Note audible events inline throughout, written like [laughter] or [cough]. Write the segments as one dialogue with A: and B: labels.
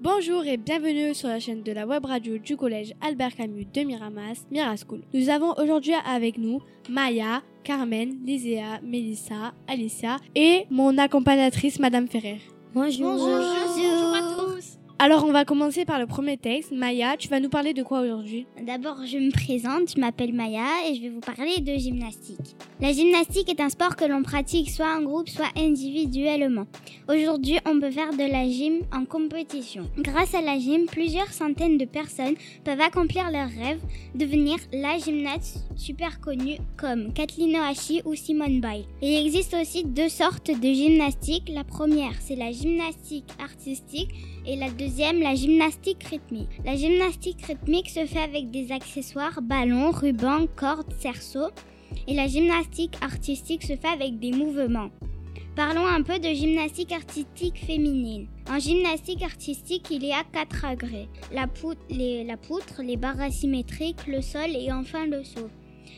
A: Bonjour et bienvenue sur la chaîne de la web radio du collège Albert Camus de Miramas, Miraschool. Nous avons aujourd'hui avec nous Maya, Carmen, Liséa, Mélissa, Alicia et mon accompagnatrice Madame Ferrer.
B: Bonjour.
A: tous. Alors on va commencer par le premier texte. Maya, tu vas nous parler de quoi aujourd'hui
B: D'abord, je me présente, je m'appelle Maya et je vais vous parler de gymnastique. La gymnastique est un sport que l'on pratique soit en groupe, soit individuellement. Aujourd'hui, on peut faire de la gym en compétition. Grâce à la gym, plusieurs centaines de personnes peuvent accomplir leurs rêves, devenir la gymnaste super connue comme Kathleen Ohashi ou Simone Biles. Il existe aussi deux sortes de gymnastique. La première, c'est la gymnastique artistique et la deuxième, la gymnastique rythmique. La gymnastique rythmique se fait avec des accessoires, ballons, rubans, cordes, cerceaux. Et la gymnastique artistique se fait avec des mouvements. Parlons un peu de gymnastique artistique féminine. En gymnastique artistique, il y a quatre agrès. La poutre, les, la poutre, les barres asymétriques, le sol et enfin le saut.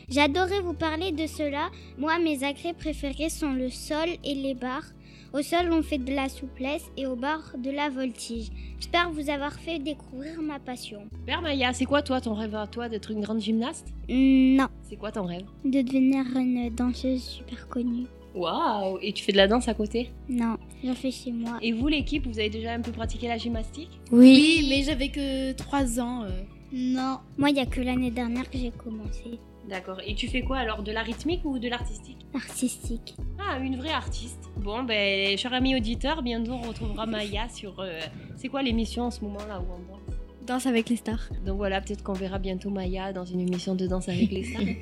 B: J'adorais vous parler de cela. Moi, mes agrès préférés sont le sol et les barres. Au sol, on fait de la souplesse et au bar, de la voltige. J'espère vous avoir fait découvrir ma passion.
C: Père Maya, c'est quoi toi ton rêve à toi d'être une grande gymnaste
B: Non,
C: C'est quoi ton rêve
B: de devenir une danseuse super connue.
C: Waouh Et tu fais de la danse à côté
B: Non, j'en fais chez moi.
C: Et vous l'équipe, vous avez déjà un peu pratiqué la gymnastique
D: Oui, mais j'avais que 3 ans. euh.
B: Non. Moi, il n'y a que l'année dernière que j'ai commencé.
C: D'accord. Et tu fais quoi alors De la rythmique ou de l'artistique
B: Artistique.
C: Ah, une vraie artiste. Bon, ben, cher ami auditeur, bientôt on retrouvera Maya sur... euh, c'est quoi l'émission en ce moment là où on danse
A: Danse avec les stars.
C: Donc voilà, peut-être qu'on verra bientôt Maya dans une émission de danse avec les stars. alors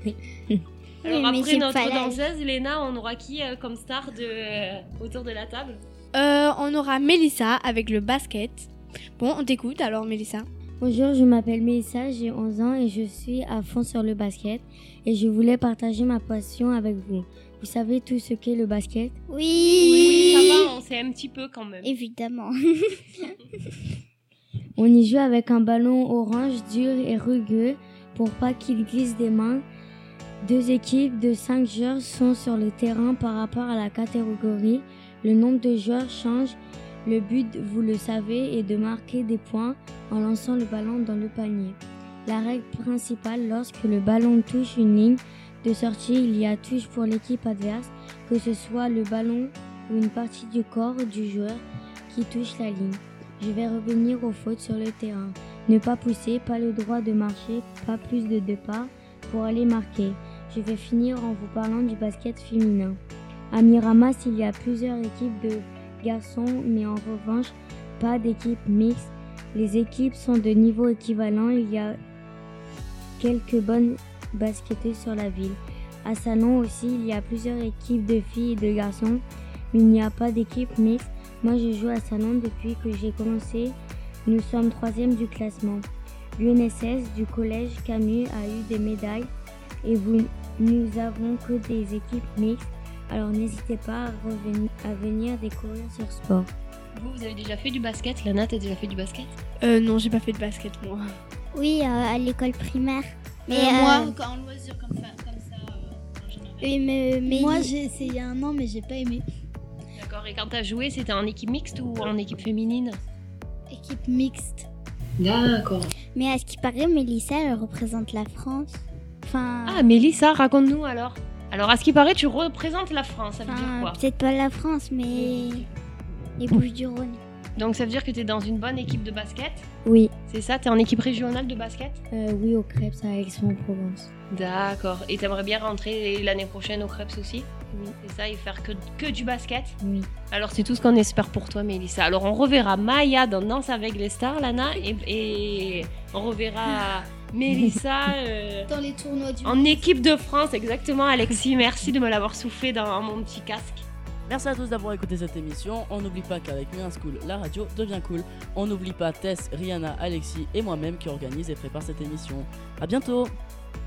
C: [laughs]
B: Oui, mais
C: après
B: j'ai
C: notre
B: pas l'âge.
C: danseuse, Léna, on aura qui euh, comme star de, euh, autour de la table
A: Euh, on aura Mélissa avec le basket. Bon, on t'écoute alors Mélissa.
E: Bonjour, je m'appelle Mélissa, j'ai 11 ans et je suis à fond sur le basket et je voulais partager ma passion avec vous. Vous savez tout ce qu'est le basket
B: Oui.
C: Ça va, on sait un petit peu quand même.
B: Évidemment.
E: [laughs] On y joue avec un ballon orange dur et rugueux pour pas qu'il glisse des mains. Deux équipes de 5 joueurs sont sur le terrain par rapport à la catégorie. Le nombre de joueurs change. Le but, vous le savez, est de marquer des points en lançant le ballon dans le panier. La règle principale, lorsque le ballon touche une ligne de sortie, il y a touche pour l'équipe adverse, que ce soit le ballon ou une partie du corps du joueur qui touche la ligne. Je vais revenir aux fautes sur le terrain. Ne pas pousser, pas le droit de marcher, pas plus de deux pas pour aller marquer. Je vais finir en vous parlant du basket féminin. À Miramas, il y a plusieurs équipes de garçons, mais en revanche, pas d'équipe mixte. Les équipes sont de niveau équivalent. Il y a quelques bonnes basketteuses sur la ville. À Salon aussi, il y a plusieurs équipes de filles et de garçons, mais il n'y a pas d'équipe mixte. Moi, je joue à Salon depuis que j'ai commencé. Nous sommes troisième du classement. L'UNSS du collège Camus a eu des médailles et vous, nous avons que des équipes mixtes. Alors n'hésitez pas à, revenir, à venir découvrir sur sport.
C: Vous, vous avez déjà fait du basket Lana, t'as déjà fait du basket
A: Euh, non, j'ai pas fait de basket moi.
B: Oui, euh, à l'école primaire. Mais
D: Euh,
B: euh,
D: moi, quand- en loisir comme, fa- comme ça, euh, en général.
B: oui, mais, mais-
D: Moi, j'ai essayé un an, mais j'ai pas aimé.
C: D'accord, et quand t'as joué, c'était en équipe mixte ou en équipe féminine
D: Équipe mixte.
C: D'accord.
B: mais à ce qui paraît, Mélissa, elle représente la France. Enfin,
C: Ah, Mélissa, raconte-nous alors. Alors, à ce qui paraît, tu représentes la France, ça veut dire
B: enfin,
C: quoi
B: Ah, peut-être pas la France, mais les Bouches-du-Rhône.
C: Donc, ça veut dire que t'es dans une bonne équipe de basket
E: Oui,
C: C'est ça T'es en équipe régionale de basket
E: euh, oui au Krebs à Aix-en-Provence.
C: D'accord, et t'aimerais bien rentrer l'année prochaine au Krebs aussi
E: Oui.
C: C'est ça, et faire que, que du basket
E: Oui.
C: Alors, c'est tout ce qu'on espère pour toi, Mélissa. Alors, on reverra Maya dans Danse avec les stars, Lana, et, et on [laughs] reverra Mélissa. euh,
D: Dans les tournois du.
C: En équipe de France, exactement, Alexis. Merci de me l'avoir soufflé dans mon petit casque.
F: Merci à tous d'avoir écouté cette émission. On n'oublie pas qu'avec School, la radio devient cool. On n'oublie pas Tess, Rihanna, Alexis et moi-même qui organise et prépare cette émission. À bientôt